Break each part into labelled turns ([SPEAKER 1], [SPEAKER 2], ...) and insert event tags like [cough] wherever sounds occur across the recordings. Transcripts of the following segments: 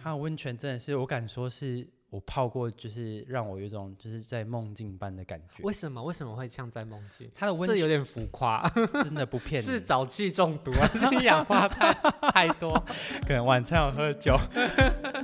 [SPEAKER 1] 它的温泉真的是我敢说是我泡过，就是让我有一种就是在梦境般的感觉，
[SPEAKER 2] 为什么为什么会像在梦境？
[SPEAKER 1] 它的温
[SPEAKER 2] 这有点浮夸，
[SPEAKER 1] 真的不骗你，
[SPEAKER 2] [laughs] 是沼气中毒 [laughs] 还是一氧化碳太多？
[SPEAKER 1] 可能晚餐有喝酒。 [laughs]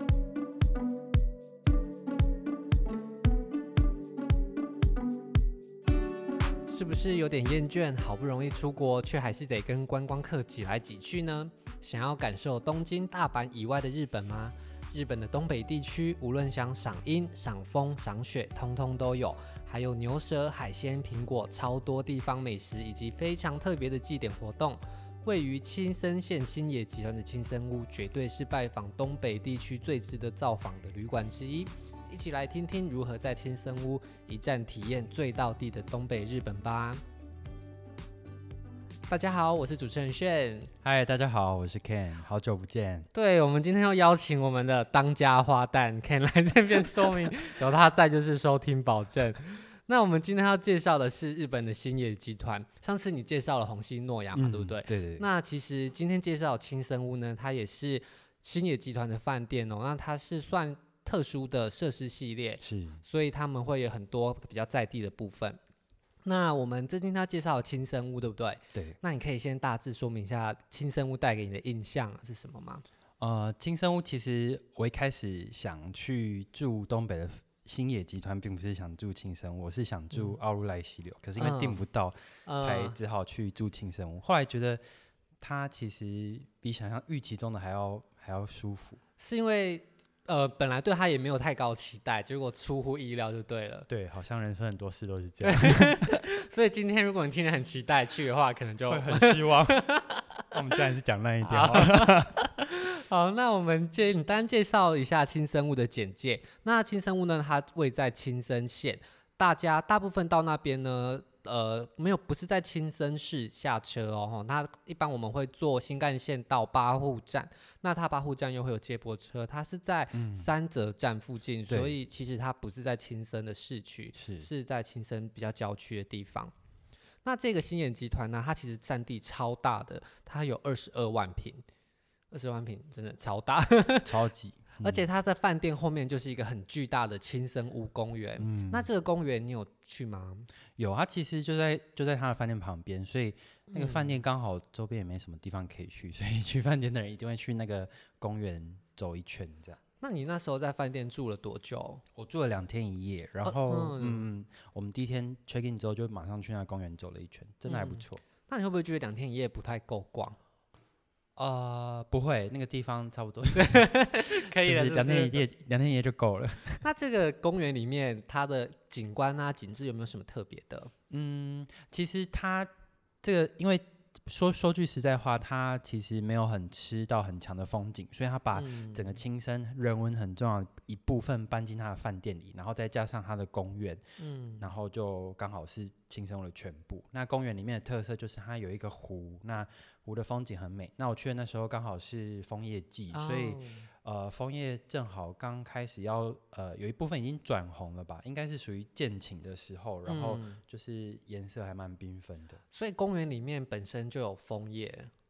[SPEAKER 2] 是不是有点厌倦？好不容易出国，却还是得跟观光客挤来挤去呢？想要感受东京、大阪以外的日本吗？日本的东北地区，无论想赏樱、赏风、赏雪，通通都有，还有牛舌、海鲜、苹果，超多地方美食以及非常特别的祭典活动。位于青森县新野集团的青森屋，绝对是拜访东北地区最值得造访的旅馆之一。一起来听听如何在青森屋一站体验最到地的东北日本吧。大家好，我是主持人炫。
[SPEAKER 1] 嗨，大家好，我是 Ken，好久不见。
[SPEAKER 2] 对我们今天要邀请我们的当家花旦 Ken 来这边说明，有他在就是收听保证。 [laughs] 那我们今天要介绍的是日本的新野集团。上次你介绍了红星诺亚嘛，啊对不对？
[SPEAKER 1] 嗯对对对，
[SPEAKER 2] 那其实今天介绍的青森屋呢，它也是新野集团的饭店哦。那它是算特殊的设施系列，
[SPEAKER 1] 是
[SPEAKER 2] 所以他们会有很多比较在地的部分。那我们最近要介绍的青森屋，对不对？
[SPEAKER 1] 对。
[SPEAKER 2] 那你可以先大致说明一下青森屋带给你的印象是什么吗？
[SPEAKER 1] 呃，金生屋其实我一开始想去住东北的新野集团，并不是想住青生屋，我是想住奥入濑溪流，可是因为订
[SPEAKER 2] 嗯
[SPEAKER 1] 不到，才
[SPEAKER 2] 呃，
[SPEAKER 1] 只好去住庆生屋。后来觉得它其实比想象预期中的还要还要舒服。
[SPEAKER 2] 是因为呃本来对他也没有太高期待，结果出乎意料就对了。
[SPEAKER 1] 对，好像人生很多事都是这 [laughs] 样，
[SPEAKER 2] 所以今天如果你听得很期待去的话，可能就
[SPEAKER 1] 会很失望。 [laughs] 我们竟然是讲烂一点好了， [laughs]
[SPEAKER 2] [laughs] 好，那我们介你单介绍一下青森屋的简介。那青森屋呢，它位在青森县，大家大部分到那边呢，呃，没有不是在青森市下车哦。吼那一般我们会坐新干线到八户站，那它八户站又会有接驳车，它是在三泽站附近，
[SPEAKER 1] 对
[SPEAKER 2] 所以其实它不是在青森的市区，
[SPEAKER 1] 是
[SPEAKER 2] 是在青森比较郊区的地方。那这个新演集团呢，它其实占地超大的，它有二十二万平，二十万平真的超大， [laughs]
[SPEAKER 1] 超级。
[SPEAKER 2] 而且它在饭店后面就是一个很巨大的青森屋公园。
[SPEAKER 1] 嗯
[SPEAKER 2] 那这个公园你有去吗？
[SPEAKER 1] 有，它其实就在就在他的饭店旁边，所以那个饭店刚好周边也没什么地方可以去，所以去饭店的人一定会去那个公园走一圈这样。
[SPEAKER 2] 那你那时候在饭店住了多久？
[SPEAKER 1] 我住了两天一夜，然
[SPEAKER 2] 哦
[SPEAKER 1] 后、
[SPEAKER 2] 嗯
[SPEAKER 1] 嗯，我们第一天 check in 之后就马上去那个公园走了一圈，真的还不
[SPEAKER 2] 嗯
[SPEAKER 1] 错。
[SPEAKER 2] 那你会不会觉得两天一夜不太够
[SPEAKER 1] [laughs]
[SPEAKER 2] 逛？
[SPEAKER 1] 呃，不会，那个地方差不多，
[SPEAKER 2] 可
[SPEAKER 1] 就是两天一夜，两天一夜就够了。
[SPEAKER 2] [laughs] 那这个公园里面它的景观啊、景致有没有什么特别的？
[SPEAKER 1] 嗯，其实它这个，因为说说句实在话，它其实没有很吃到很强的风景，所以它把
[SPEAKER 2] 嗯
[SPEAKER 1] 整个青森人文很重要的一部分搬进它的饭店里，然后再加上它的公园，
[SPEAKER 2] 嗯
[SPEAKER 1] 然后就刚好是青森的全部。那公园里面的特色就是它有一个湖，那湖的风景很美。那我去的那时候刚好是枫叶季，所以。
[SPEAKER 2] 哦
[SPEAKER 1] 呃，枫叶正好刚开始要呃，有一部分已经转红了吧，应该是属于渐情的时候，然后
[SPEAKER 2] 嗯
[SPEAKER 1] 就是颜色还蛮缤纷的，
[SPEAKER 2] 所以公园里面本身就有枫叶，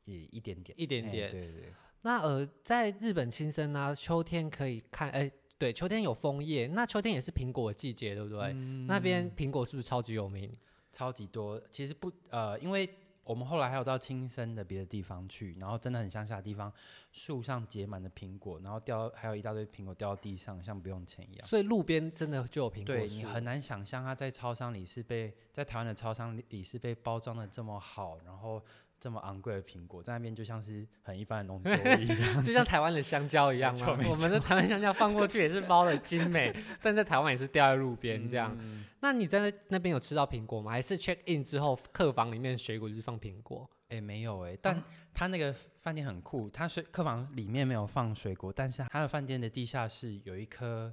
[SPEAKER 1] 也一点点，
[SPEAKER 2] 一点
[SPEAKER 1] 哎
[SPEAKER 2] 点。
[SPEAKER 1] 对对
[SPEAKER 2] 那呃，在日本青森呢、秋天可以看，哎、对，秋天有枫叶，那秋天也是苹果的季节，对不对？那边苹果是不是超级有名？
[SPEAKER 1] 超级多。其实不呃，因为我们后来还有到青森的别的地方去，然后真的很乡下的地方，树上结满了苹果，然后掉还有一大堆苹果掉到地上，像不用钱一样。
[SPEAKER 2] 所以路边真的就有苹果
[SPEAKER 1] 对
[SPEAKER 2] 树。
[SPEAKER 1] 你很难想象它在超商里是被在台湾的超商里是被包装的这么好，然后这么昂贵的苹果，在那边就像是很一般的农作物一样。
[SPEAKER 2] [laughs] 就像台湾的香蕉一样
[SPEAKER 1] 没错
[SPEAKER 2] 嘛，
[SPEAKER 1] 没
[SPEAKER 2] 我们的台湾香蕉放过去也是包的精美，但在台湾也是掉在路边这样。那你在那那边有吃到苹果吗？还是 check in 之后客房里面水果就是放苹果？
[SPEAKER 1] 哎、没有
[SPEAKER 2] 哦
[SPEAKER 1] 哎、但它那个饭店很酷，它水客房里面没有放水果，但是它的饭店的地下室有一棵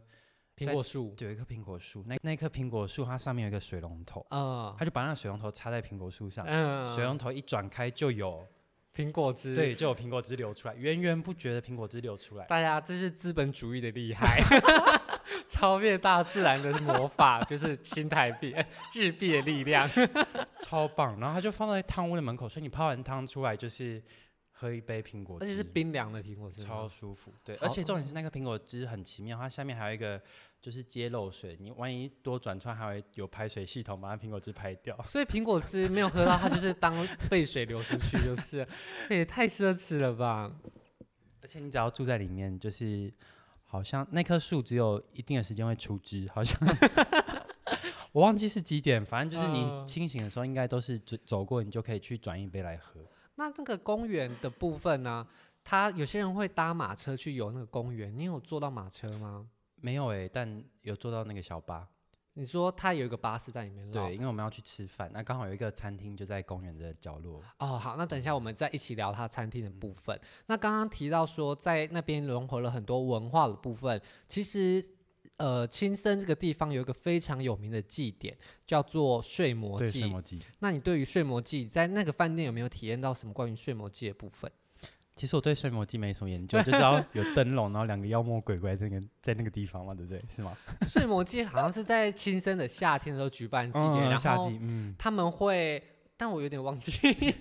[SPEAKER 2] 苹
[SPEAKER 1] 在
[SPEAKER 2] 果树，
[SPEAKER 1] 有一棵苹果树，那那棵苹果树它上面有一个水龙头，
[SPEAKER 2] 嗯
[SPEAKER 1] 它就把那个水龙头插在苹果树上，水龙
[SPEAKER 2] 嗯，
[SPEAKER 1] 头一转开就有，
[SPEAKER 2] 苹果汁，
[SPEAKER 1] 对，就有苹果汁流出来，源源不绝的苹果汁流出来。
[SPEAKER 2] 大家这是资本主义的厉害，超越大自然的魔法， [laughs] 就是新台币、呃日币的力量。
[SPEAKER 1] 超棒。然后他就放在汤屋的门口，所以你泡完汤出来就是喝一杯苹果汁，
[SPEAKER 2] 而且是冰凉的苹果汁吗，
[SPEAKER 1] 超舒服。对，
[SPEAKER 2] 好
[SPEAKER 1] 而且重点是那个苹果汁很奇妙，它下面还有一个就是接漏水，你万一多转穿，还会有排水系统把那苹果汁排掉。
[SPEAKER 2] 所以苹果汁没有喝到，它就是当废水流出去就是了，那也太奢侈了吧？
[SPEAKER 1] 而且你只要住在里面，就是好像那棵树只有一定的时间会出枝，好
[SPEAKER 2] [laughs]
[SPEAKER 1] 像我忘记是几点，反正就是
[SPEAKER 2] 嗯
[SPEAKER 1] 你清醒的时候，应该都是走走过，你就可以去转一杯来喝。
[SPEAKER 2] 那那个公园的部分呢、他有些人会搭马车去游那个公园，你有坐到马车吗？
[SPEAKER 1] 没有诶、欸但有坐到那个小巴，
[SPEAKER 2] 你说他有一个巴士在里面绕
[SPEAKER 1] 对，，因为我们要去吃饭，那刚好有一个餐厅就在公园的角落。
[SPEAKER 2] 哦，好，那等一下我们再一起聊它餐厅的部分。那刚刚提到说，在那边融合了很多文化的部分，其实。呃，青森这个地方有一个非常有名的祭典，叫做睡魔
[SPEAKER 1] 对，
[SPEAKER 2] 祭
[SPEAKER 1] 什。么鸡？
[SPEAKER 2] 那你对于睡魔祭，在那个饭店有没有体验到什么关于睡魔祭的部分？ [laughs]
[SPEAKER 1] 其实我对睡魔记没什么研 [laughs] 究，就知道有灯笼，然后两个妖魔鬼怪在那个在那个地方嘛，对不对？是吗？
[SPEAKER 2] 睡魔祭好像是在青森的夏天的时候举办祭典，然
[SPEAKER 1] 夏
[SPEAKER 2] 后
[SPEAKER 1] 季，嗯，
[SPEAKER 2] 他们会，但我有点忘记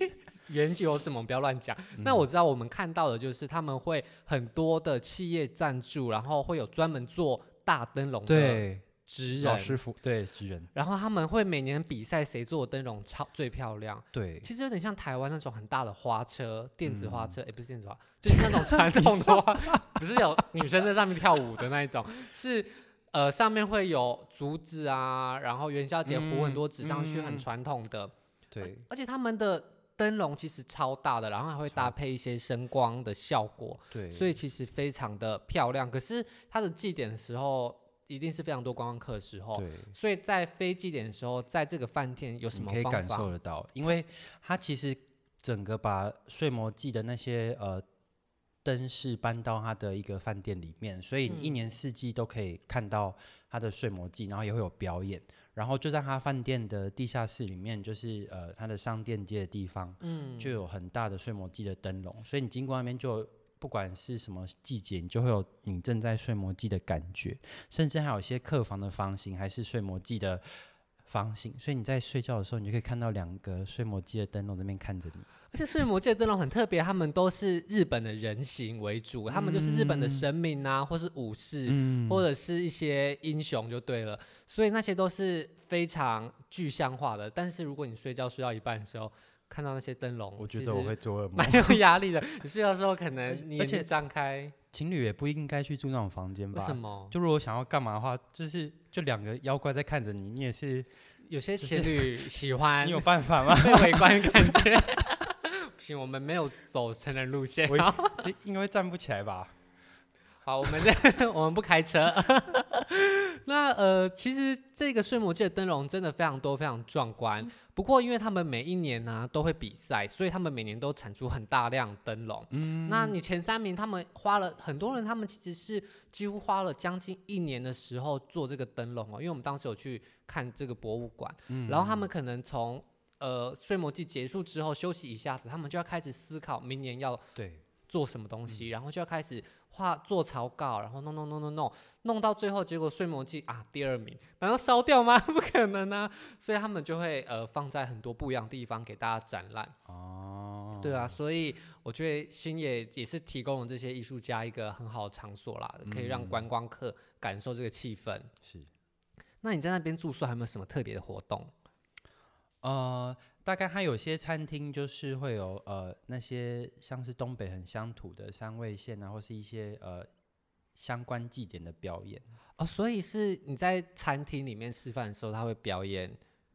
[SPEAKER 2] [laughs] 原有什么，不要乱讲。
[SPEAKER 1] 嗯
[SPEAKER 2] 那我知道我们看到的就是他们会很多的企业赞助，然后会有专门做大灯笼的
[SPEAKER 1] 对，
[SPEAKER 2] 职
[SPEAKER 1] 嗯老
[SPEAKER 2] 人，
[SPEAKER 1] 师傅，对，职人，
[SPEAKER 2] 然后他们会每年比赛谁做的灯笼超最漂亮。
[SPEAKER 1] 对，
[SPEAKER 2] 其实有点像台湾那种很大的花车，电子花车，
[SPEAKER 1] 嗯
[SPEAKER 2] 哎、不是电子花，就是那种传统的花，不是有 [laughs] 女生在上面跳舞的那一种，是呃上面会有竹子啊，然后元宵节糊很
[SPEAKER 1] 嗯
[SPEAKER 2] 多纸上
[SPEAKER 1] 嗯
[SPEAKER 2] 去，很传统的。
[SPEAKER 1] 对，
[SPEAKER 2] 而且他们的灯笼其实超大的，然后还会搭配一些声光的效果，
[SPEAKER 1] [laughs] 对，
[SPEAKER 2] 所
[SPEAKER 1] 以
[SPEAKER 2] 以其实非常的漂亮。可是它的祭典的时候，一定是非常多观光客的时候，
[SPEAKER 1] 对。
[SPEAKER 2] 所以在非祭典的时候，在这个饭店有什
[SPEAKER 1] 你
[SPEAKER 2] 么
[SPEAKER 1] 可以
[SPEAKER 2] 方
[SPEAKER 1] 感
[SPEAKER 2] 法
[SPEAKER 1] 受得到，因为它其实整个把睡魔记的那些呃灯饰搬到它的一个饭店里面，所以你一
[SPEAKER 2] 嗯
[SPEAKER 1] 年四季都可以看到它的睡魔记，然后也会有表演，然后就在它饭店的地下室里面，就是呃它的商店街的地方，
[SPEAKER 2] 嗯，
[SPEAKER 1] 就有很大的睡魔记的灯笼，所以你经过那边就。不管是什么季节，你就会有你正在睡魔记的感觉，甚至还有一些客房的房型，还是睡魔记的房型，所以你在睡觉的时候，你就可以看到两个睡魔机的灯笼在那边看着你。
[SPEAKER 2] 而且睡魔界的灯笼很特别，他们都是日本的人形为主，他们就是日本的神明啊，或是武士，
[SPEAKER 1] 嗯
[SPEAKER 2] 或者是一些英雄就对了，所以那些都是非常具象化的。但是如果你睡觉睡到一半的时候，看到那些灯笼，
[SPEAKER 1] 我觉
[SPEAKER 2] 其
[SPEAKER 1] 得我
[SPEAKER 2] 实
[SPEAKER 1] 会做噩梦
[SPEAKER 2] 蛮。有压力的。你睡觉的时候可能你眼
[SPEAKER 1] [laughs] 而且
[SPEAKER 2] 睛张开，
[SPEAKER 1] 情侣也不应该去住那种房间
[SPEAKER 2] 为
[SPEAKER 1] 吧？
[SPEAKER 2] 什么？
[SPEAKER 1] 就如果想要干嘛的话，就是就两个妖怪在看着你，你也是，
[SPEAKER 2] 有些情侣喜欢
[SPEAKER 1] 你
[SPEAKER 2] [laughs]
[SPEAKER 1] 有办法吗？
[SPEAKER 2] 被围观的感觉。 [laughs] 不行，我们没有走成人路线。
[SPEAKER 1] 我 [laughs] 这应该站不起来吧？
[SPEAKER 2] 好，我们这 [laughs] 我们不开车。那呃，其实这个睡魔界的灯笼真的非常多，非常壮观。不过，因为他们每一年呢、都会比赛，所以他们每年都产出很大量灯笼。嗯，那你前三名，他们花了很多人，他们其实是几乎花了将近一年的时候做这个灯笼哦。因为我们当时有去看这个博物馆，然后他们可能从呃睡魔季结束之后休息一下子，他们就要开始思考明年要
[SPEAKER 1] 对，
[SPEAKER 2] 做什么东
[SPEAKER 1] 嗯
[SPEAKER 2] 西，然后就要开始画做草稿，然后弄弄弄弄弄，弄到最后结果睡魔记啊第二名，难道烧掉吗？ [laughs] 不可能啊！所以他们就会呃放在很多不一样的地方给大家展览。
[SPEAKER 1] 哦，
[SPEAKER 2] 对啊，所以我觉得星野也是提供了这些艺术家一个很好的场所啦，可以让
[SPEAKER 1] 嗯
[SPEAKER 2] 观光客感受这个气氛。
[SPEAKER 1] 是，
[SPEAKER 2] 那你在那边住宿还有没有什么特别的活动？
[SPEAKER 1] 呃，大概它有些餐厅就是会有呃那些像是东北很乡土的三味线啊，或是一些呃相关祭典的表演。
[SPEAKER 2] 哦，所以是你在餐厅里面吃饭的时候，他会表演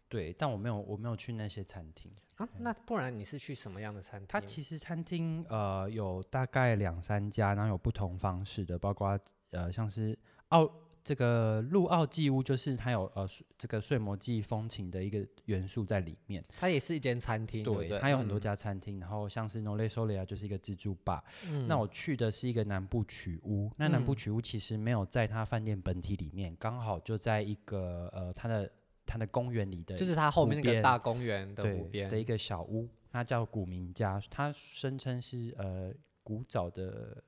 [SPEAKER 1] 对，但我没有，我没有去那些餐厅。
[SPEAKER 2] 啊？那不然你是去什么样的餐厅？
[SPEAKER 1] 它嗯其实餐厅呃有大概两三家，然后有不同方式的，包括呃像是奥这个陆奥祭屋，就是它有呃睡这个睡魔祭风情的一个元素在里面。
[SPEAKER 2] 它也是一间餐厅，对不对，
[SPEAKER 1] 它有很多
[SPEAKER 2] 嗯。
[SPEAKER 1] 家餐厅，然后像是 Nole Solia 就是一个自助吧。
[SPEAKER 2] 嗯
[SPEAKER 1] 那我去的是一个南部曲屋，那南部
[SPEAKER 2] 嗯
[SPEAKER 1] 曲屋其实没有在它饭店本体里面，刚好就在一个呃它的它的公园里的
[SPEAKER 2] 就是它后
[SPEAKER 1] 湖
[SPEAKER 2] 面那个
[SPEAKER 1] 边
[SPEAKER 2] 大公园的
[SPEAKER 1] 对
[SPEAKER 2] 湖边
[SPEAKER 1] 的，一个小屋，它叫古民家，它声称是呃古早的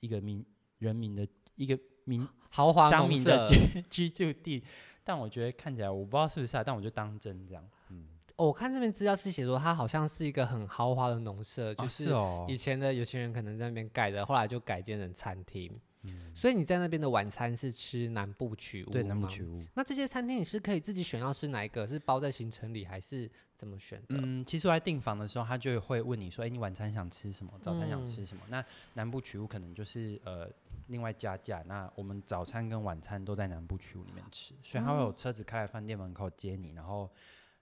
[SPEAKER 1] 一个民人民的一个民
[SPEAKER 2] 豪华
[SPEAKER 1] 乡
[SPEAKER 2] 农
[SPEAKER 1] 民
[SPEAKER 2] 舍
[SPEAKER 1] [laughs] 的。居居住地，但我觉得看起来我不知道是不是啊，但我就当真这样，嗯，
[SPEAKER 2] 哦我看这边资料是写说，它好像是一个很豪华的农舍，
[SPEAKER 1] 啊
[SPEAKER 2] 就是
[SPEAKER 1] 哦
[SPEAKER 2] 以，前的有钱人可能在那边盖的，后来就改建成餐厅。
[SPEAKER 1] 嗯
[SPEAKER 2] 所以你在那边的晚餐是吃南部曲屋
[SPEAKER 1] 对，南部
[SPEAKER 2] 吗
[SPEAKER 1] 曲屋。
[SPEAKER 2] 那这些餐厅你是可以自己选要吃哪一个，是包在行程里还是怎么选的？
[SPEAKER 1] 嗯，其实我在订房的时候，他就会问你说：“哎、你晚餐想吃什么？早餐想
[SPEAKER 2] 嗯
[SPEAKER 1] 吃什么？”那南部曲屋可能就是呃另外加价。那我们早餐跟晚餐都在南部曲屋里面吃，所以他会
[SPEAKER 2] 哦
[SPEAKER 1] 有车子开来饭店门口接你，然后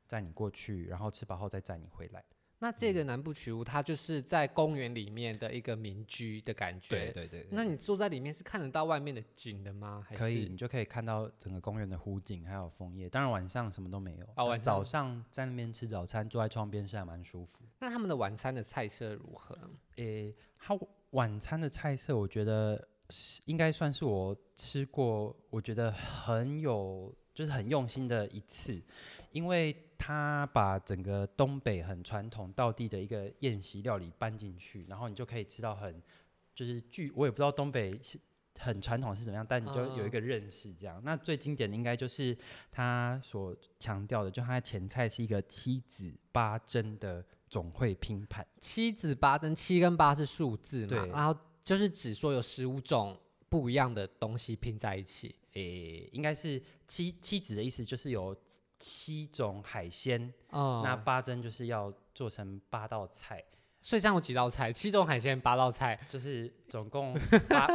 [SPEAKER 1] 载你过去，然后吃饱后再载你回来。
[SPEAKER 2] 那这个南部曲屋它就是在公园里面的一个民居的感觉。
[SPEAKER 1] 对对
[SPEAKER 2] 那你坐在里面是看得到外面的景的吗？还是
[SPEAKER 1] 可以，你就可以看到整个公园的湖景，还有枫叶。当然哦晚上什么都没有。
[SPEAKER 2] 啊晚
[SPEAKER 1] 那早上在那边吃早餐，坐在窗边是还蛮舒服。
[SPEAKER 2] 那他们的晚餐的菜色如何？
[SPEAKER 1] 诶、它晚餐的菜色，我觉得是应该算是我吃过，我觉得很有，就是很用心的一次，因为它把整个东北很传统道地的一个宴席料理搬进去，然后你就可以吃到很，就是据我也不知道东北是。很传统是怎么样，但你就有一
[SPEAKER 2] 嗯
[SPEAKER 1] 个认识这样。那最经典的应该就是它所强调的，就它的前菜是一个七子八珍的总会拼盘。
[SPEAKER 2] 七子八珍，七跟八是数字嘛，
[SPEAKER 1] 对
[SPEAKER 2] 然后就是指说有十五种不一样的东西拼在一起。
[SPEAKER 1] 诶、应该是七七子的意思，就是有七种海鲜，
[SPEAKER 2] 哦、
[SPEAKER 1] 那八珍就是要做成八道菜，
[SPEAKER 2] 所以这样有几道菜？七种海鲜，八道菜，
[SPEAKER 1] 就是总
[SPEAKER 2] [laughs]
[SPEAKER 1] 共八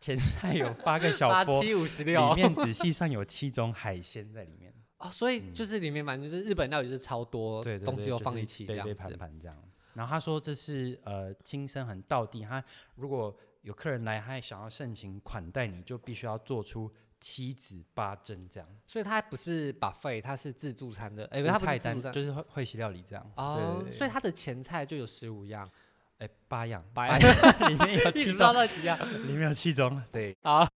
[SPEAKER 1] 前菜有八个小
[SPEAKER 2] 八
[SPEAKER 1] 锅，
[SPEAKER 2] 七五十
[SPEAKER 1] 里
[SPEAKER 2] 六。 [laughs]
[SPEAKER 1] 面仔细算有七种海鲜在里面，
[SPEAKER 2] 哦，所以就是里面反正就是日本料理就是超多
[SPEAKER 1] 嗯对对对，
[SPEAKER 2] 哦东西都
[SPEAKER 1] 就
[SPEAKER 2] 放
[SPEAKER 1] 是
[SPEAKER 2] 一起这
[SPEAKER 1] 杯
[SPEAKER 2] 样
[SPEAKER 1] 杯
[SPEAKER 2] 子。
[SPEAKER 1] 盘盘这样。然后他说这是呃亲身很道地，他如果有客人来，他也想要盛情款待你，就必须要做出七子八珍这样。
[SPEAKER 2] 所以它不是 buffet，它是自助餐的，哎、
[SPEAKER 1] 无
[SPEAKER 2] 它不是
[SPEAKER 1] 菜
[SPEAKER 2] 自助
[SPEAKER 1] 单
[SPEAKER 2] 餐。
[SPEAKER 1] 就是会会席料理这样。
[SPEAKER 2] 哦，
[SPEAKER 1] 对对对
[SPEAKER 2] 所以它的前菜就有十五样，
[SPEAKER 1] 哎，八样，
[SPEAKER 2] 八 [laughs]
[SPEAKER 1] 样，里面有
[SPEAKER 2] 一直
[SPEAKER 1] 七
[SPEAKER 2] 不知道
[SPEAKER 1] 种，
[SPEAKER 2] 到几样？
[SPEAKER 1] 里面有七种，对， [laughs]
[SPEAKER 2] 啊。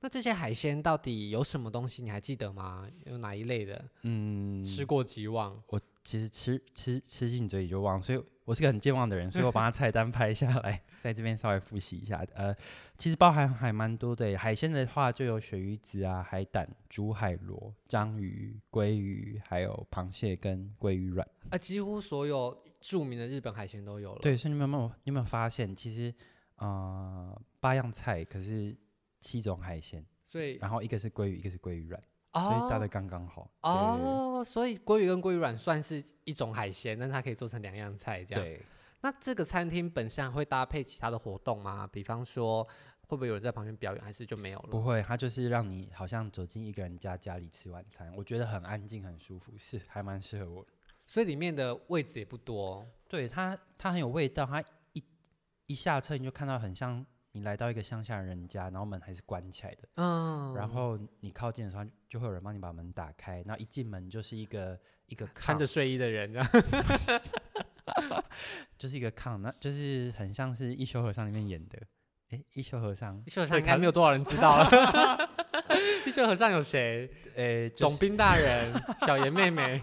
[SPEAKER 2] 那这些海鲜到底有什么东西？你还记得吗？有哪一类的？
[SPEAKER 1] 嗯，
[SPEAKER 2] 吃过即忘。
[SPEAKER 1] 其实吃吃吃进嘴里就忘，所以我是个很健忘的人，所以我把它菜单拍下来， [laughs] 在这边稍微复习一下。呃，其实包含还蛮多的耶，海鲜的话就有鳕鱼子啊、海胆、竹海螺、章鱼、鲑鱼，还有螃蟹跟鲑鱼卵。
[SPEAKER 2] 呃，几乎所有著名的日本海鲜都有了。，
[SPEAKER 1] 对，所以你们有没有你有没有发现，其实呃八样菜，可是七种海鲜，
[SPEAKER 2] 所以
[SPEAKER 1] 然后一个是鲑鱼，一个是鲑鱼卵，啊所以搭的
[SPEAKER 2] 哦
[SPEAKER 1] 刚刚好。对对对
[SPEAKER 2] 哦，所以鲑鱼跟鲑鱼卵算是一种海鲜，但它可以做成两样菜这样。
[SPEAKER 1] 对，
[SPEAKER 2] 那这个餐厅本身还会搭配其他的活动吗？比方说，会不会有人在旁边表演，还是就没有了？
[SPEAKER 1] 不会，它就是让你好像走进一个人家家里吃晚餐，我觉得很安静，很舒服，是还蛮适合我的。
[SPEAKER 2] 所以里面的位置也不多。
[SPEAKER 1] 对它，它很有味道，它一一下车你就看到很像你来到一个乡下人家，然后门还是关起来的，
[SPEAKER 2] 嗯，
[SPEAKER 1] 然后你靠近的时候就会有人帮你把门打开，然后一进门就是一个一个
[SPEAKER 2] 穿
[SPEAKER 1] 炕
[SPEAKER 2] 着，睡衣的人这样。
[SPEAKER 1] 就是一个炕，那就是很像是一休和尚里面演的，诶，一休和尚，
[SPEAKER 2] 一休和尚应该没有多少人知 [laughs] 道了。一休和尚有谁？
[SPEAKER 1] 诶，
[SPEAKER 2] 总兵大人、 [laughs] 小妍妹妹。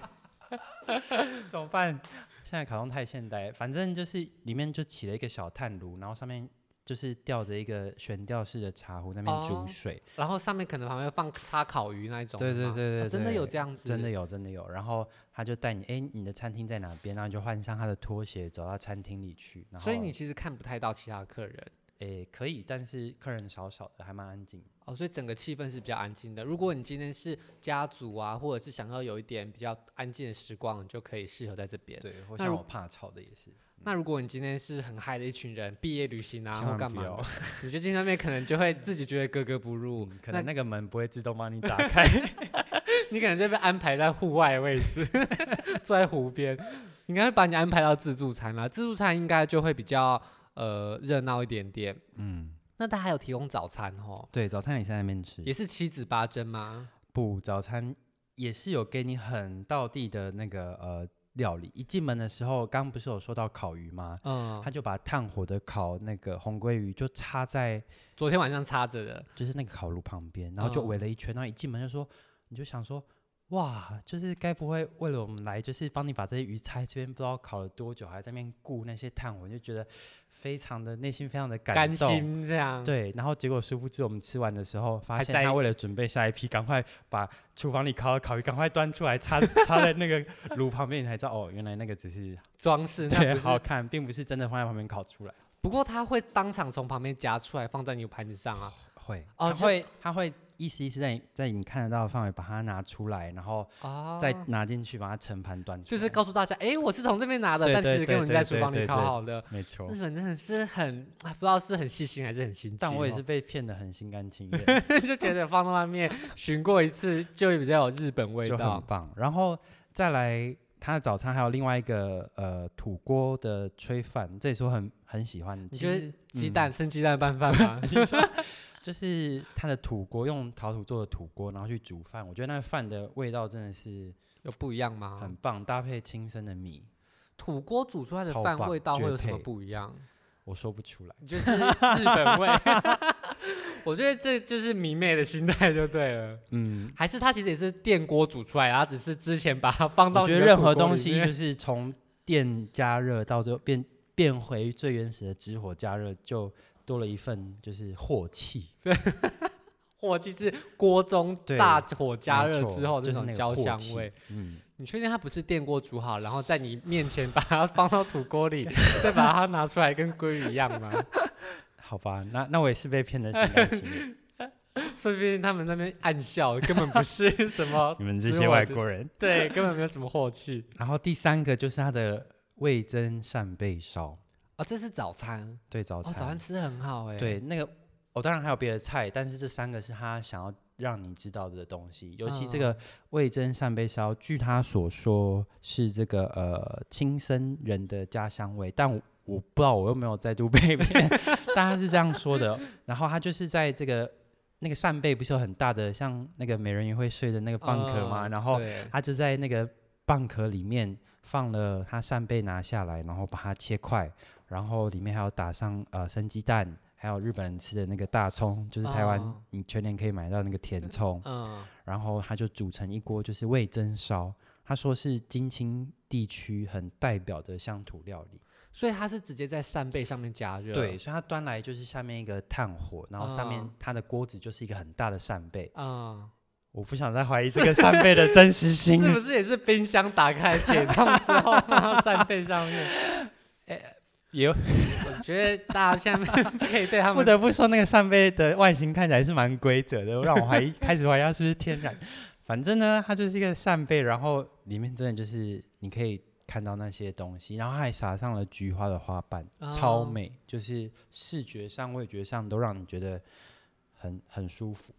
[SPEAKER 1] 怎么办？现在卡通太现代，反正就是里面就起了一个小炭炉，然后上面就是吊着一个悬吊式的茶壶，那边
[SPEAKER 2] 哦
[SPEAKER 1] 煮水。
[SPEAKER 2] 然后上面可能旁边放叉烤鱼那一种的
[SPEAKER 1] 对
[SPEAKER 2] 吗。
[SPEAKER 1] 对对对
[SPEAKER 2] 哦真的
[SPEAKER 1] 对
[SPEAKER 2] 有这样子，
[SPEAKER 1] 真的有，真的有。然后他就带你，哎、你的餐厅在哪边？然后你就换上他的拖鞋走到餐厅里去。然后，
[SPEAKER 2] 所以你其实看不太到其他的客人
[SPEAKER 1] 哎、可以，但是客人少少的，还蛮安静。
[SPEAKER 2] 哦，所以整个气氛是比较安静的。如果你今天是家族啊，或者是想要有一点比较安静的时光，你就可以适合在这边。
[SPEAKER 1] 对，或
[SPEAKER 2] 那
[SPEAKER 1] 像
[SPEAKER 2] 如
[SPEAKER 1] 我怕吵的也是。
[SPEAKER 2] 那如果你今天是很嗨的一群人，毕业旅行啊
[SPEAKER 1] 千
[SPEAKER 2] 或
[SPEAKER 1] 万
[SPEAKER 2] 干
[SPEAKER 1] 不
[SPEAKER 2] 嘛
[SPEAKER 1] 要
[SPEAKER 2] 的，你就进那边可能就会自己觉得格格不入，
[SPEAKER 1] 嗯，可
[SPEAKER 2] 那
[SPEAKER 1] 能那个门不会自动帮你打开。
[SPEAKER 2] 你可能就被安排在户外的位置， [laughs] 坐在湖边，应该会把你安排到自助餐啦。自助餐应该就会比较呃热闹一点点。
[SPEAKER 1] 嗯，
[SPEAKER 2] 那他还有提供早餐哦，
[SPEAKER 1] 对，早餐也是在那边吃。
[SPEAKER 2] 也是七子八珍吗？
[SPEAKER 1] 不，早餐也是有给你很道地的那个呃料理。一进门的时候，刚不是有说到烤鱼吗？
[SPEAKER 2] 嗯
[SPEAKER 1] 他，就把炭火的烤那个红鲑鱼就插在
[SPEAKER 2] 昨天晚上插着的，
[SPEAKER 1] 就是那个烤炉旁边，然后就
[SPEAKER 2] 嗯
[SPEAKER 1] 围了一圈。然后一进门就说，你就想说哇，就是该不会为了我们来，就是帮你把这些鱼拆这边不知道烤了多久，还在那边顾那些炭火，就觉得非常的内心非常的感
[SPEAKER 2] 甘
[SPEAKER 1] 动。
[SPEAKER 2] 心这样。
[SPEAKER 1] 对，然后结果殊不知我们吃完的时候，发
[SPEAKER 2] 还
[SPEAKER 1] 现
[SPEAKER 2] 在
[SPEAKER 1] 他为了准备下一批，赶快把厨房里烤的烤鱼赶快端出来插插在那 [laughs] 个炉旁边，你才知道哦，原来那个只是
[SPEAKER 2] 装饰那
[SPEAKER 1] 对
[SPEAKER 2] 不
[SPEAKER 1] 好
[SPEAKER 2] 是，
[SPEAKER 1] 看，并不是真的放在旁边烤出来。
[SPEAKER 2] 不过他会当场从旁边夹出来放在你的盘子上啊，
[SPEAKER 1] 会，
[SPEAKER 2] 哦
[SPEAKER 1] 他
[SPEAKER 2] 就
[SPEAKER 1] 会他会意思意思在你在你看得到的范围把它拿出来，然后
[SPEAKER 2] 啊，
[SPEAKER 1] 再拿进去，把它盛盘端出来。
[SPEAKER 2] 就是告诉大家，哎，我是从这边拿的，
[SPEAKER 1] 哦对
[SPEAKER 2] 但
[SPEAKER 1] 对
[SPEAKER 2] 是
[SPEAKER 1] 对
[SPEAKER 2] 根本
[SPEAKER 1] 对
[SPEAKER 2] 在
[SPEAKER 1] 对
[SPEAKER 2] 厨房里
[SPEAKER 1] 对
[SPEAKER 2] 烤
[SPEAKER 1] 对
[SPEAKER 2] 好的。
[SPEAKER 1] 没错，
[SPEAKER 2] 日本真的是很，啊不知道是很细心还是很心机哦，
[SPEAKER 1] 但我也是被骗得很心甘情 [laughs] 愿，
[SPEAKER 2] [laughs] 就觉得放在外面巡过一次，就会比较有日本味
[SPEAKER 1] 就很
[SPEAKER 2] 道。
[SPEAKER 1] 棒。然后再来，他的早餐还有另外一个呃土锅的炊饭，这也是我很很喜欢。
[SPEAKER 2] 你
[SPEAKER 1] 其
[SPEAKER 2] 觉
[SPEAKER 1] 实
[SPEAKER 2] 得鸡蛋生鸡蛋拌饭
[SPEAKER 1] [laughs]
[SPEAKER 2] 吗？
[SPEAKER 1] 就是它的土锅，用陶土做的土锅，然后去煮饭，我觉得那个饭的味道真的是
[SPEAKER 2] 有不一样吗
[SPEAKER 1] 很？棒，搭配清生的米，
[SPEAKER 2] 土锅煮出来的
[SPEAKER 1] 超
[SPEAKER 2] 饭
[SPEAKER 1] 棒
[SPEAKER 2] 味道会
[SPEAKER 1] 绝
[SPEAKER 2] 有什么
[SPEAKER 1] 配
[SPEAKER 2] 不一样？
[SPEAKER 1] 我说不出来。
[SPEAKER 2] [laughs] 就是日本味。 [laughs] 我觉得这就是迷妹的心态就对了。
[SPEAKER 1] 嗯，
[SPEAKER 2] 还是它其实也是电锅煮出来，然后只是之前把它放到
[SPEAKER 1] 我觉
[SPEAKER 2] 你
[SPEAKER 1] 得
[SPEAKER 2] 的
[SPEAKER 1] 任
[SPEAKER 2] 土
[SPEAKER 1] 何
[SPEAKER 2] 锅
[SPEAKER 1] 东
[SPEAKER 2] 里
[SPEAKER 1] 西
[SPEAKER 2] 面
[SPEAKER 1] 就是从电加热到最后变变回最原始的直火加热，就多了一份就是火气。
[SPEAKER 2] 火气是锅中
[SPEAKER 1] 对
[SPEAKER 2] 大火加
[SPEAKER 1] 没
[SPEAKER 2] 热
[SPEAKER 1] 错
[SPEAKER 2] 之后
[SPEAKER 1] 就是
[SPEAKER 2] 种
[SPEAKER 1] 那个
[SPEAKER 2] 焦
[SPEAKER 1] 火
[SPEAKER 2] 香
[SPEAKER 1] 气
[SPEAKER 2] 味。
[SPEAKER 1] 嗯，
[SPEAKER 2] 你确定它不是电锅煮好，然后在你面前把它放到土锅 [laughs] 里，再把它拿出来跟鲑鱼一样吗？
[SPEAKER 1] 好吧，那那我也是被骗的心甘情愿。
[SPEAKER 2] 说不定他们那边暗笑，根本不是什 [laughs] 么
[SPEAKER 1] 你们
[SPEAKER 2] 这
[SPEAKER 1] 这
[SPEAKER 2] 些
[SPEAKER 1] 些
[SPEAKER 2] 外
[SPEAKER 1] 外
[SPEAKER 2] 国
[SPEAKER 1] 国人。
[SPEAKER 2] 对，根本没有什么火气
[SPEAKER 1] 然后第三个就是它的味增扇贝烧，
[SPEAKER 2] 哦。这是早餐
[SPEAKER 1] 对早
[SPEAKER 2] 哦，
[SPEAKER 1] 餐，
[SPEAKER 2] 早餐吃的很好哎、，
[SPEAKER 1] 对那个哦，当然还有别的菜，但是这三个是他想要让你知道的东西。尤其这
[SPEAKER 2] 嗯
[SPEAKER 1] 个味增扇贝烧，据他所说是这个呃亲生人的家乡味，但我。我不知道，我又没有再度被骗， [laughs] 但他是这样说的。哦然后他就是在这个那个扇贝不是有很大的像那个美人鱼会睡的那个蚌壳吗？
[SPEAKER 2] 嗯
[SPEAKER 1] 然后
[SPEAKER 2] 对
[SPEAKER 1] 他就在那个蚌壳里面放了他扇贝拿下来，然后把它切块，然后里面还有打上呃生鸡蛋，还有日本人吃的那个大葱，就是台湾
[SPEAKER 2] 哦
[SPEAKER 1] 你全年可以买到那个甜葱，
[SPEAKER 2] 嗯，
[SPEAKER 1] 然后他就煮成一锅就是味增烧，他说是金青地区很代表的乡土料理。
[SPEAKER 2] 所以它是直接在扇贝上面加热。
[SPEAKER 1] 对，，所以他端来就是下面一个炭火，然后上面
[SPEAKER 2] 嗯
[SPEAKER 1] 它的锅子就是一个很大的扇贝。
[SPEAKER 2] 嗯，
[SPEAKER 1] 我不想再怀疑这个扇贝的真实性
[SPEAKER 2] 是不是也是冰箱打开解冻之后放到扇贝上面？ [laughs]
[SPEAKER 1] 也有
[SPEAKER 2] 我觉得大家现在 [laughs] 可以对他
[SPEAKER 1] 不
[SPEAKER 2] 们
[SPEAKER 1] 得不说，那个扇贝的外形看起来是蛮规则的，让我怀
[SPEAKER 2] [laughs]
[SPEAKER 1] 疑，开始怀疑它是不是天然。反正呢，它就是一个扇贝，然后里面真的就是你可以看到那些东西，然后还撒上了菊花的花瓣，
[SPEAKER 2] 哦
[SPEAKER 1] 超美，就是视觉上、味觉上都让你觉得很很舒服。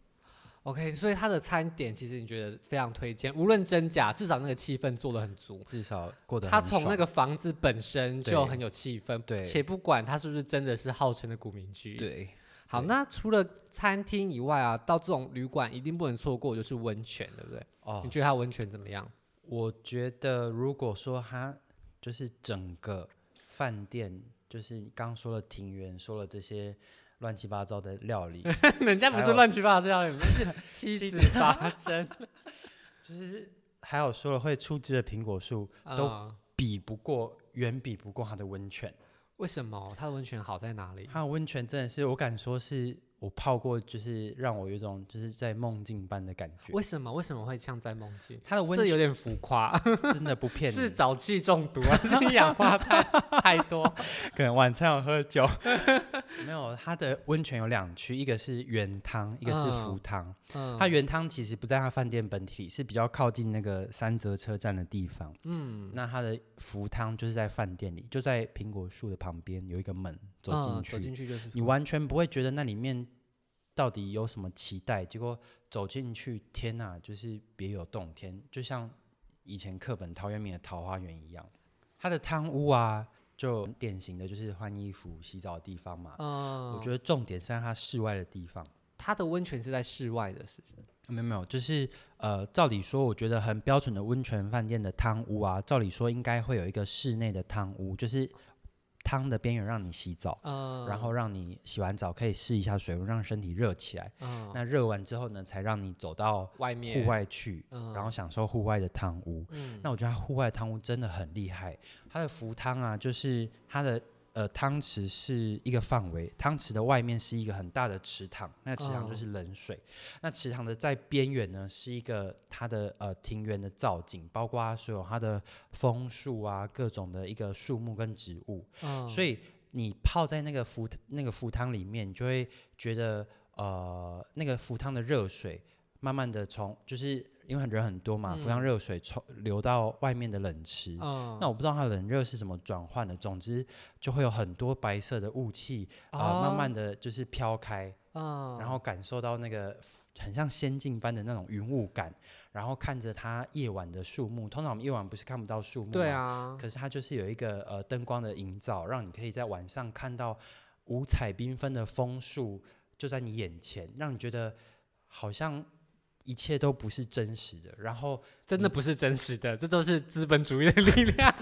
[SPEAKER 2] OK，所以它的餐点其实你觉得非常推荐，无论真假，至少那个气氛做的很足。
[SPEAKER 1] 至少过得
[SPEAKER 2] 它
[SPEAKER 1] 很
[SPEAKER 2] 从那
[SPEAKER 1] 爽
[SPEAKER 2] 个房子本身就
[SPEAKER 1] 对
[SPEAKER 2] 很有气氛，
[SPEAKER 1] 对
[SPEAKER 2] 且不管它是不是真的是号称的古民居。，
[SPEAKER 1] 对
[SPEAKER 2] 好，
[SPEAKER 1] 对
[SPEAKER 2] 那除了餐厅以外啊，到这种旅馆一定不能错过就是温泉，对不对？
[SPEAKER 1] 哦
[SPEAKER 2] 你，觉得它温泉怎么样？
[SPEAKER 1] 我觉得如果说它就是整个饭店，就是你刚说了庭园，说了这些乱七八糟的料理。
[SPEAKER 2] [laughs] 人家不
[SPEAKER 1] 还
[SPEAKER 2] 是
[SPEAKER 1] 有
[SPEAKER 2] 乱七八糟， [laughs] 你们是七子八 [laughs] 生，
[SPEAKER 1] 就是还有说了会出汁的苹果树，都
[SPEAKER 2] 嗯
[SPEAKER 1] 比不过，远比不过它的温泉。
[SPEAKER 2] 为什么它的温泉好在哪里？
[SPEAKER 1] 它的温泉真的是，我敢说是我泡过，就是让我有一种就是在梦境般的感觉。
[SPEAKER 2] 为什么为什么会像在梦境？
[SPEAKER 1] 它的温
[SPEAKER 2] 这有点浮夸，
[SPEAKER 1] 真的不骗你，
[SPEAKER 2] [laughs] 是沼气中毒还 [laughs] 是一氧化碳太多？
[SPEAKER 1] 可能晚餐有喝
[SPEAKER 2] [laughs]
[SPEAKER 1] 酒，没有。它的温泉有两区，一个是原汤，一个是
[SPEAKER 2] 嗯
[SPEAKER 1] 浮汤。
[SPEAKER 2] 嗯 [laughs]
[SPEAKER 1] 它原汤其实不在它饭店本体，是比较靠近那个三泽车站的地方。
[SPEAKER 2] 嗯
[SPEAKER 1] 那它的浮汤就是在饭店里，就在苹果树的旁边有一个门走进
[SPEAKER 2] 嗯
[SPEAKER 1] 去，
[SPEAKER 2] 走进去就是
[SPEAKER 1] 你完全不会觉得那里面到底有什么期待，结果走进去，天呐，就是别有洞天，就像以前课本陶渊明的《桃花源》一样。它的汤屋啊，就很典型的就是换衣服、洗澡的地方嘛。
[SPEAKER 2] 嗯，
[SPEAKER 1] 我觉得重点是在它室外的地方。
[SPEAKER 2] 它的温泉是在室外的，是不是？
[SPEAKER 1] 没有没有，就是呃，照理说，我觉得很标准的温泉饭店的汤屋啊，照理说应该会有一个室内的汤屋，就是汤的边缘让你洗澡，
[SPEAKER 2] 嗯，
[SPEAKER 1] 然后让你洗完澡可以试一下水温，让身体热起来。
[SPEAKER 2] 嗯，
[SPEAKER 1] 那热完之后呢，才让你走到
[SPEAKER 2] 外面
[SPEAKER 1] 户，外去，
[SPEAKER 2] 嗯
[SPEAKER 1] 然后享受户外的汤屋。
[SPEAKER 2] 嗯，
[SPEAKER 1] 那我觉得它户外的汤屋真的很厉害，它的浮汤啊，就是它的呃汤池是一个范围，汤池的外面是一个很大的池塘，那池塘
[SPEAKER 2] 哦
[SPEAKER 1] 就是冷水，那池塘的在边缘呢是一个它的呃庭园的造景，包括它所有它的枫树啊各种的一个树木跟植物，
[SPEAKER 2] 嗯
[SPEAKER 1] 所以你泡在那个浮那个浮汤里面，你就会觉得呃那个浮汤的热水慢慢的从就是因为人很多嘛，浮汤热水从流到外面的冷池。
[SPEAKER 2] 嗯，
[SPEAKER 1] 那我不呃知道它冷热是怎么转换的，总之就会有很多白色的雾气啊、呃慢慢的就是飘开，
[SPEAKER 2] 哦嗯，
[SPEAKER 1] 然后感受到那个很像仙境般的那种云雾感，然后看着它夜晚的树木，通常我们夜晚不是看不到树木
[SPEAKER 2] 对
[SPEAKER 1] 吗
[SPEAKER 2] 啊，
[SPEAKER 1] 可是它就是有一个呃灯光的营造，让你可以在晚上看到五彩缤纷的枫树就在你眼前，让你觉得好像一切都不是真实的。然后，
[SPEAKER 2] 真的不是真实的，这都是资本主义的
[SPEAKER 1] [laughs]
[SPEAKER 2] 力量。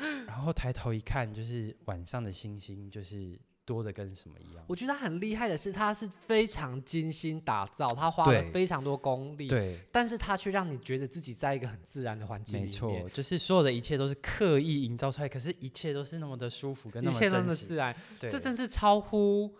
[SPEAKER 2] 嗯
[SPEAKER 1] 然后抬头一看，就是晚上的星星，就是多的跟什么一样。
[SPEAKER 2] 我觉得他很厉害的是，他是非常精心打造，他花了
[SPEAKER 1] 对
[SPEAKER 2] 非常多功力，
[SPEAKER 1] 对，
[SPEAKER 2] 但是他却让你觉得自己在一个很自然的环境里
[SPEAKER 1] 没
[SPEAKER 2] 面，
[SPEAKER 1] 错，就是所有的一切都是刻意营造出来，可是一切都是那么的舒服跟那
[SPEAKER 2] 一
[SPEAKER 1] 么
[SPEAKER 2] 切都
[SPEAKER 1] 真
[SPEAKER 2] 是
[SPEAKER 1] 实。
[SPEAKER 2] 自然，
[SPEAKER 1] 对
[SPEAKER 2] 这真是超乎，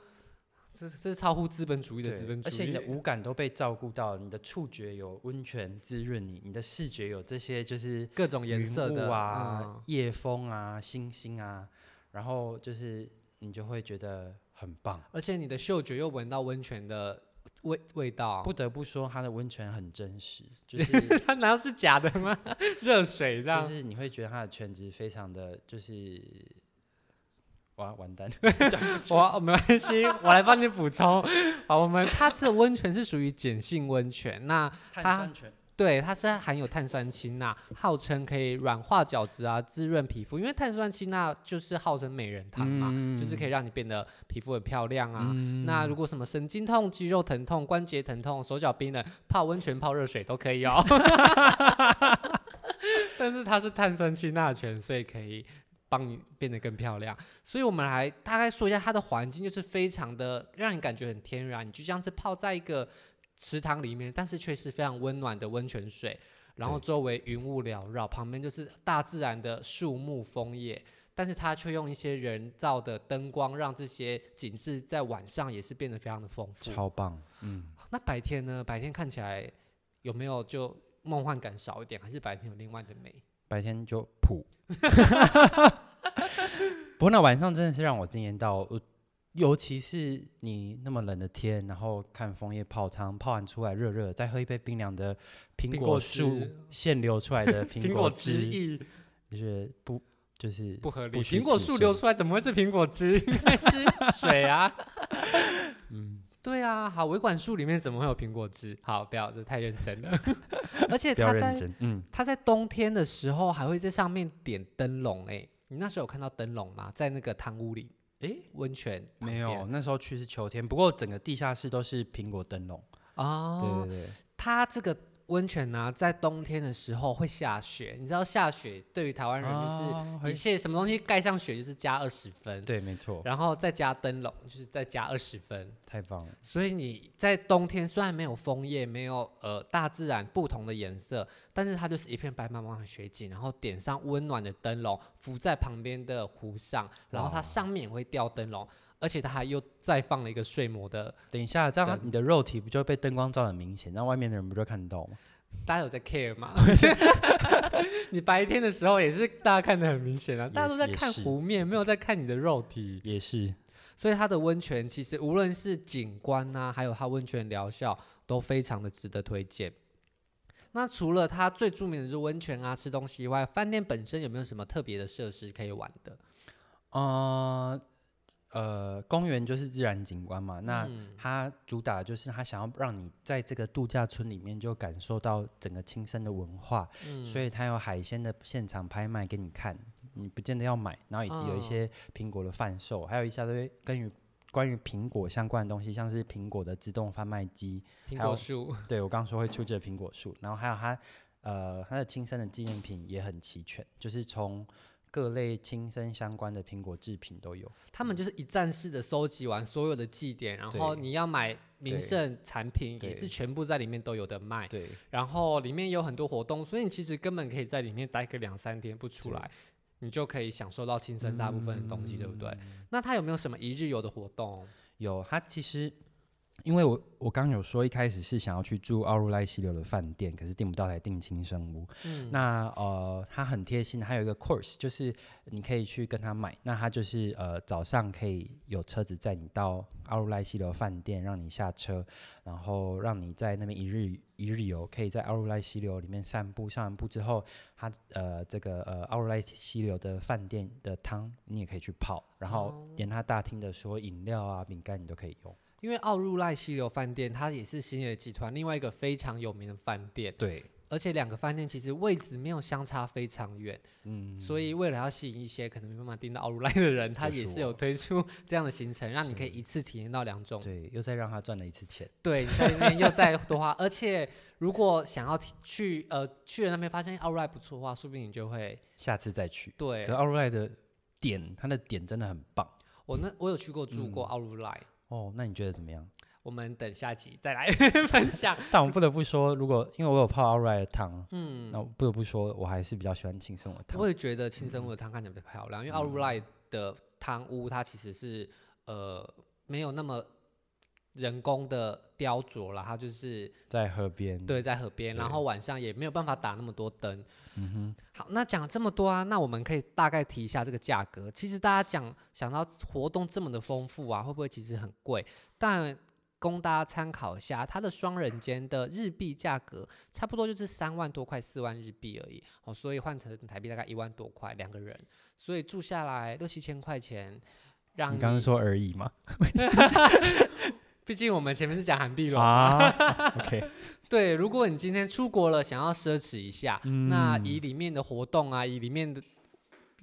[SPEAKER 2] 这这是超乎资本主义的
[SPEAKER 1] 对
[SPEAKER 2] 资本主
[SPEAKER 1] 而
[SPEAKER 2] 义，
[SPEAKER 1] 且你的五感都被照顾到，你的触觉有温泉滋润你，你的视觉有这些就是
[SPEAKER 2] 各种颜
[SPEAKER 1] 云
[SPEAKER 2] 色
[SPEAKER 1] 雾
[SPEAKER 2] 的
[SPEAKER 1] 啊、
[SPEAKER 2] 嗯
[SPEAKER 1] 夜风啊、星星啊，然后就是你就会觉得很棒。
[SPEAKER 2] 而且你的嗅觉又闻到温泉的味味道，
[SPEAKER 1] 不得不说，它的温泉很真实，
[SPEAKER 2] [laughs]
[SPEAKER 1] 就是
[SPEAKER 2] 它难道是假的吗？ [laughs] 热水这
[SPEAKER 1] 就
[SPEAKER 2] 样，
[SPEAKER 1] 是你会觉得它的全职非常的就是，哇，完
[SPEAKER 2] [laughs]
[SPEAKER 1] 蛋，
[SPEAKER 2] 我没关 [laughs] 系，我来帮你补充。好，我们它的温泉是属于碱性温泉，那
[SPEAKER 1] 碳
[SPEAKER 2] 它
[SPEAKER 1] 酸泉，
[SPEAKER 2] 对它是含有碳酸氢钠，号称可以软化角质啊，滋润皮肤，因为碳酸氢钠就是号称美人汤嘛，就是可以让你变得皮肤很漂亮啊。那如果什么神经痛、肌肉疼痛、关节疼痛、手脚冰冷，泡温泉、泡热水都可以哦。 [laughs] 但是它是碳酸氢钠泉，所以可以帮你变得更漂亮。所以我们来大概说一下它的环境，就是非常的让你感觉很天然，你就像是泡在一个池塘里面，但是却是非常温暖的温泉水。然后
[SPEAKER 1] 对
[SPEAKER 2] 周围云雾缭绕，旁边就是大自然的树木枫叶，但是它却用一些人造的灯光，让这些景致在晚上也是变得非常的丰富。
[SPEAKER 1] 超棒，嗯，
[SPEAKER 2] 那白天呢？白天看起来有没有就梦幻感少一点，还是白天有另外的美？
[SPEAKER 1] 白天就普。 [laughs] 不过那晚上真的是让我惊艳到，我尤其是你那么冷的天，然后看枫叶泡汤，泡完出来热热，再喝一杯冰凉的苹
[SPEAKER 2] 苹
[SPEAKER 1] 果
[SPEAKER 2] 果
[SPEAKER 1] 树
[SPEAKER 2] 汁
[SPEAKER 1] 现流出来的苹果
[SPEAKER 2] 汁
[SPEAKER 1] 汁，
[SPEAKER 2] 意
[SPEAKER 1] 就是不就是
[SPEAKER 2] 不合理，
[SPEAKER 1] 不虚
[SPEAKER 2] 苹果
[SPEAKER 1] 此
[SPEAKER 2] 树
[SPEAKER 1] 生
[SPEAKER 2] 流出来怎么会是苹果汁？ [laughs] 应该是水 [laughs] 啊。
[SPEAKER 1] 嗯，
[SPEAKER 2] 对啊，好，维管束里面怎么会有苹果汁？好，不要，这太认真了。 [laughs] 而且
[SPEAKER 1] 不要
[SPEAKER 2] 它
[SPEAKER 1] 认
[SPEAKER 2] 在
[SPEAKER 1] 真，嗯，
[SPEAKER 2] 它在冬天的时候还会在上面点灯笼哎、你那时候有看到灯笼吗？在那个汤屋里
[SPEAKER 1] 诶，
[SPEAKER 2] 温泉旁
[SPEAKER 1] 没有，
[SPEAKER 2] 边
[SPEAKER 1] 那时候去是秋天，不过整个地下室都是苹果灯笼，
[SPEAKER 2] 哦
[SPEAKER 1] 对，对对，
[SPEAKER 2] 它这个温泉呢、在冬天的时候会下雪，你知道下雪对于台湾人就是
[SPEAKER 1] 啊
[SPEAKER 2] 一切什么东西盖上雪就是加二十分，
[SPEAKER 1] 对，没错，
[SPEAKER 2] 然后再加灯笼就是再加二十分，
[SPEAKER 1] 太棒了，
[SPEAKER 2] 所以你在冬天虽然没有枫叶，没有呃大自然不同的颜色，但是它就是一片白茫茫的雪景，然后点上温暖的灯笼，浮在旁边的湖上，然后它
[SPEAKER 1] 哇
[SPEAKER 2] 上面也会吊灯笼，而且它还又再放了一个睡魔的，
[SPEAKER 1] 等一下，这样
[SPEAKER 2] 灯
[SPEAKER 1] 你的肉体不就被灯光照得很明显，那外面的人不就看得到吗？
[SPEAKER 2] 大家有在 care
[SPEAKER 1] [laughs]
[SPEAKER 2] 吗？ [laughs] 你白天的时候也是大家看得很明显啊，大家都在
[SPEAKER 1] 也
[SPEAKER 2] 看
[SPEAKER 1] 是
[SPEAKER 2] 湖面，没有在看你的肉体。
[SPEAKER 1] 也是，
[SPEAKER 2] 所以它的温泉其实无论是景观呐、还有它温泉疗效，都非常的值得推荐。那除了它最著名的就是温泉啊、吃东西以外，饭店本身有没有什么特别的设施可以玩的？
[SPEAKER 1] 呃呃，公园就是自然景观嘛，那
[SPEAKER 2] 嗯
[SPEAKER 1] 它主打就是它想要让你在这个度假村里面就感受到整个青森的文化，
[SPEAKER 2] 嗯
[SPEAKER 1] 所以它有海鲜的现场拍卖给你看，你不见得要买，然后以及有一
[SPEAKER 2] 哦
[SPEAKER 1] 些苹果的贩售，还有一大堆跟于关于苹果相关的东西，像是苹果的自动贩卖机，
[SPEAKER 2] 苹
[SPEAKER 1] 还有
[SPEAKER 2] 果树，
[SPEAKER 1] 对我刚刚说会出这个苹果树，然后还有它呃它的亲生的纪念品也很齐全，就是从各类亲身相关的苹果制品都有。
[SPEAKER 2] 他们就是一站式的收集完所有的祭典，然后
[SPEAKER 1] 对
[SPEAKER 2] 你要买名
[SPEAKER 1] 对
[SPEAKER 2] 胜产品也
[SPEAKER 1] 对
[SPEAKER 2] 是全部在里面都有的卖，
[SPEAKER 1] 对，
[SPEAKER 2] 然后里面有很多活动，所以你其实根本可以在里面待个两三天不出来，你就可以享受到亲身大部分的东西，对不对？
[SPEAKER 1] 嗯
[SPEAKER 2] 那它有没有什么一日游的活动？
[SPEAKER 1] 有，它其实因为我我刚有说一开始是想要去住奥如赖溪流的饭店，可是订不到才订亲生屋。
[SPEAKER 2] 嗯，
[SPEAKER 1] 那呃，它很贴心，还有一个 course，就是你可以去跟他买。那它就是呃早上可以有车子载你到奥如赖溪流饭店，让你下车，然后让你在那边一日一日游，可以在奥如赖溪流里面散步。散完步之后，它呃这个呃奥如赖溪流的饭店的汤你也可以去泡，然后连它大厅的所有饮料啊、饼干你都可以用。
[SPEAKER 2] 因为奥入赖溪流饭店，它也是星野集团另外一个非常有名的饭店，
[SPEAKER 1] 对，
[SPEAKER 2] 而且两个饭店其实位置没有相差非常远，
[SPEAKER 1] 嗯，
[SPEAKER 2] 所以为了要吸引一些可能没办法订到奥入赖的人，它
[SPEAKER 1] 就
[SPEAKER 2] 也
[SPEAKER 1] 是
[SPEAKER 2] 是有
[SPEAKER 1] 我
[SPEAKER 2] 推出这样的行程，让你
[SPEAKER 1] 是
[SPEAKER 2] 可以一次体验到两种
[SPEAKER 1] 对，又再让他赚了一次钱。
[SPEAKER 2] 对，你在那边又再多花，而且如果想要提去呃去了那边发现奥 l 不错的话，说不定你就会
[SPEAKER 1] 下次再去。
[SPEAKER 2] 对
[SPEAKER 1] 可是奥如赖的点，它的点真的很棒。
[SPEAKER 2] 我那我有去过住
[SPEAKER 1] 嗯
[SPEAKER 2] 过奥 l 莱，
[SPEAKER 1] 哦，那你觉得怎么样？
[SPEAKER 2] 我们等下集再来 [laughs] 分享。
[SPEAKER 1] 但我不得不说，如果因为我有泡 Alright 的汤，
[SPEAKER 2] 嗯，
[SPEAKER 1] 那我不得不说，我还是比较喜欢清盛的汤嗯
[SPEAKER 2] 我。也觉得青生屋的汤看起来比较漂亮，因为奥 l 莱的汤屋它其实是呃没有那么人工的雕琢啦，它就是
[SPEAKER 1] 在河边，，
[SPEAKER 2] 对在河边，
[SPEAKER 1] 嗯
[SPEAKER 2] 然
[SPEAKER 1] 对
[SPEAKER 2] 后晚上也没有办法打那么多灯。
[SPEAKER 1] 嗯
[SPEAKER 2] 好，那讲了这么多啊，那我们可以大概提一下这个价格。其实大家讲想到活动这么的丰富啊，会不会其实很贵？但供大家参考一下，它的双人间的日币价格差不多就是三万多块、四万日币而已哦，所以换成台币大概一万多块两个人，所以住下来六七千块钱，让
[SPEAKER 1] 你刚刚说而已嘛。
[SPEAKER 2] 毕竟我们前面是讲韩币咯。
[SPEAKER 1] 啊
[SPEAKER 2] [laughs]
[SPEAKER 1] ，OK，
[SPEAKER 2] 对，如果你今天出国了，想要奢侈一下，那
[SPEAKER 1] 嗯
[SPEAKER 2] 以里面的活动啊，以里面的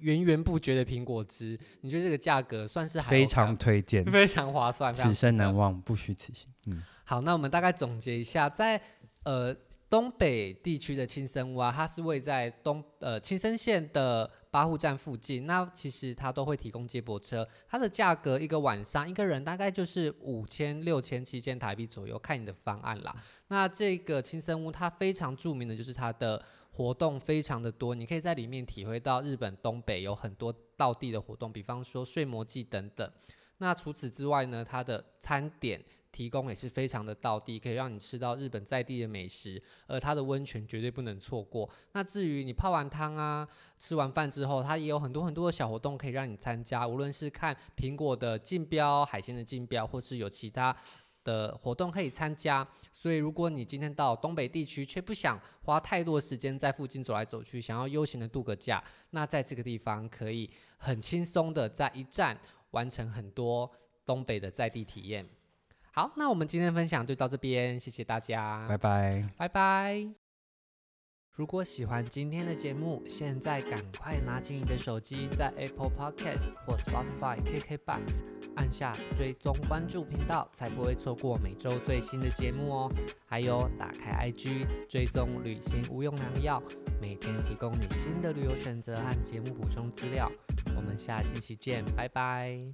[SPEAKER 2] 源源不绝的苹果汁，你觉得这个价格算是还
[SPEAKER 1] 非
[SPEAKER 2] OK 啊
[SPEAKER 1] 常推荐，
[SPEAKER 2] [laughs] 非常划算，非常
[SPEAKER 1] 此生
[SPEAKER 2] 值得
[SPEAKER 1] 难忘，不虚此行。嗯，
[SPEAKER 2] 好，那我们大概总结一下，在呃东北地区的青森屋啊，它是位在东呃青森县的八户站附近。那其实它都会提供接驳车，它的价格一个晚上一个人大概就是五千、六千、七千台币左右，看你的方案啦。那这个青森屋它非常著名的就是它的。活动非常的多，你可以在里面体会到日本东北有很多道地的活动，比方说睡魔祭等等。那除此之外呢，它的餐点提供也是非常的道地，可以让你吃到日本在地的美食，而它的温泉绝对不能错过。那至于你泡完汤啊，吃完饭之后，它也有很多很多的小活动可以让你参加，无论是看苹果的竞标、海鲜的竞标，或是有其他。的活动可以参加，所以如果你今天到东北地区却不想花太多时间在附近走来走去，想要悠闲的度个假，那在这个地方可以很轻松的在一站完成很多东北的在地体验。好，那我们今天分享就到这边，谢谢大家，
[SPEAKER 1] 拜拜。
[SPEAKER 2] 拜拜。如果喜欢今天的节目，现在赶快拿起你的手机，在 Apple Podcast 或 Spotify、KKBox 按下追踪关注频道，才不会错过每周最新的节目哦。还有，打开 IG 追踪旅行无用良药，每天提供你新的旅游选择和节目补充资料。我们下星期见，拜拜。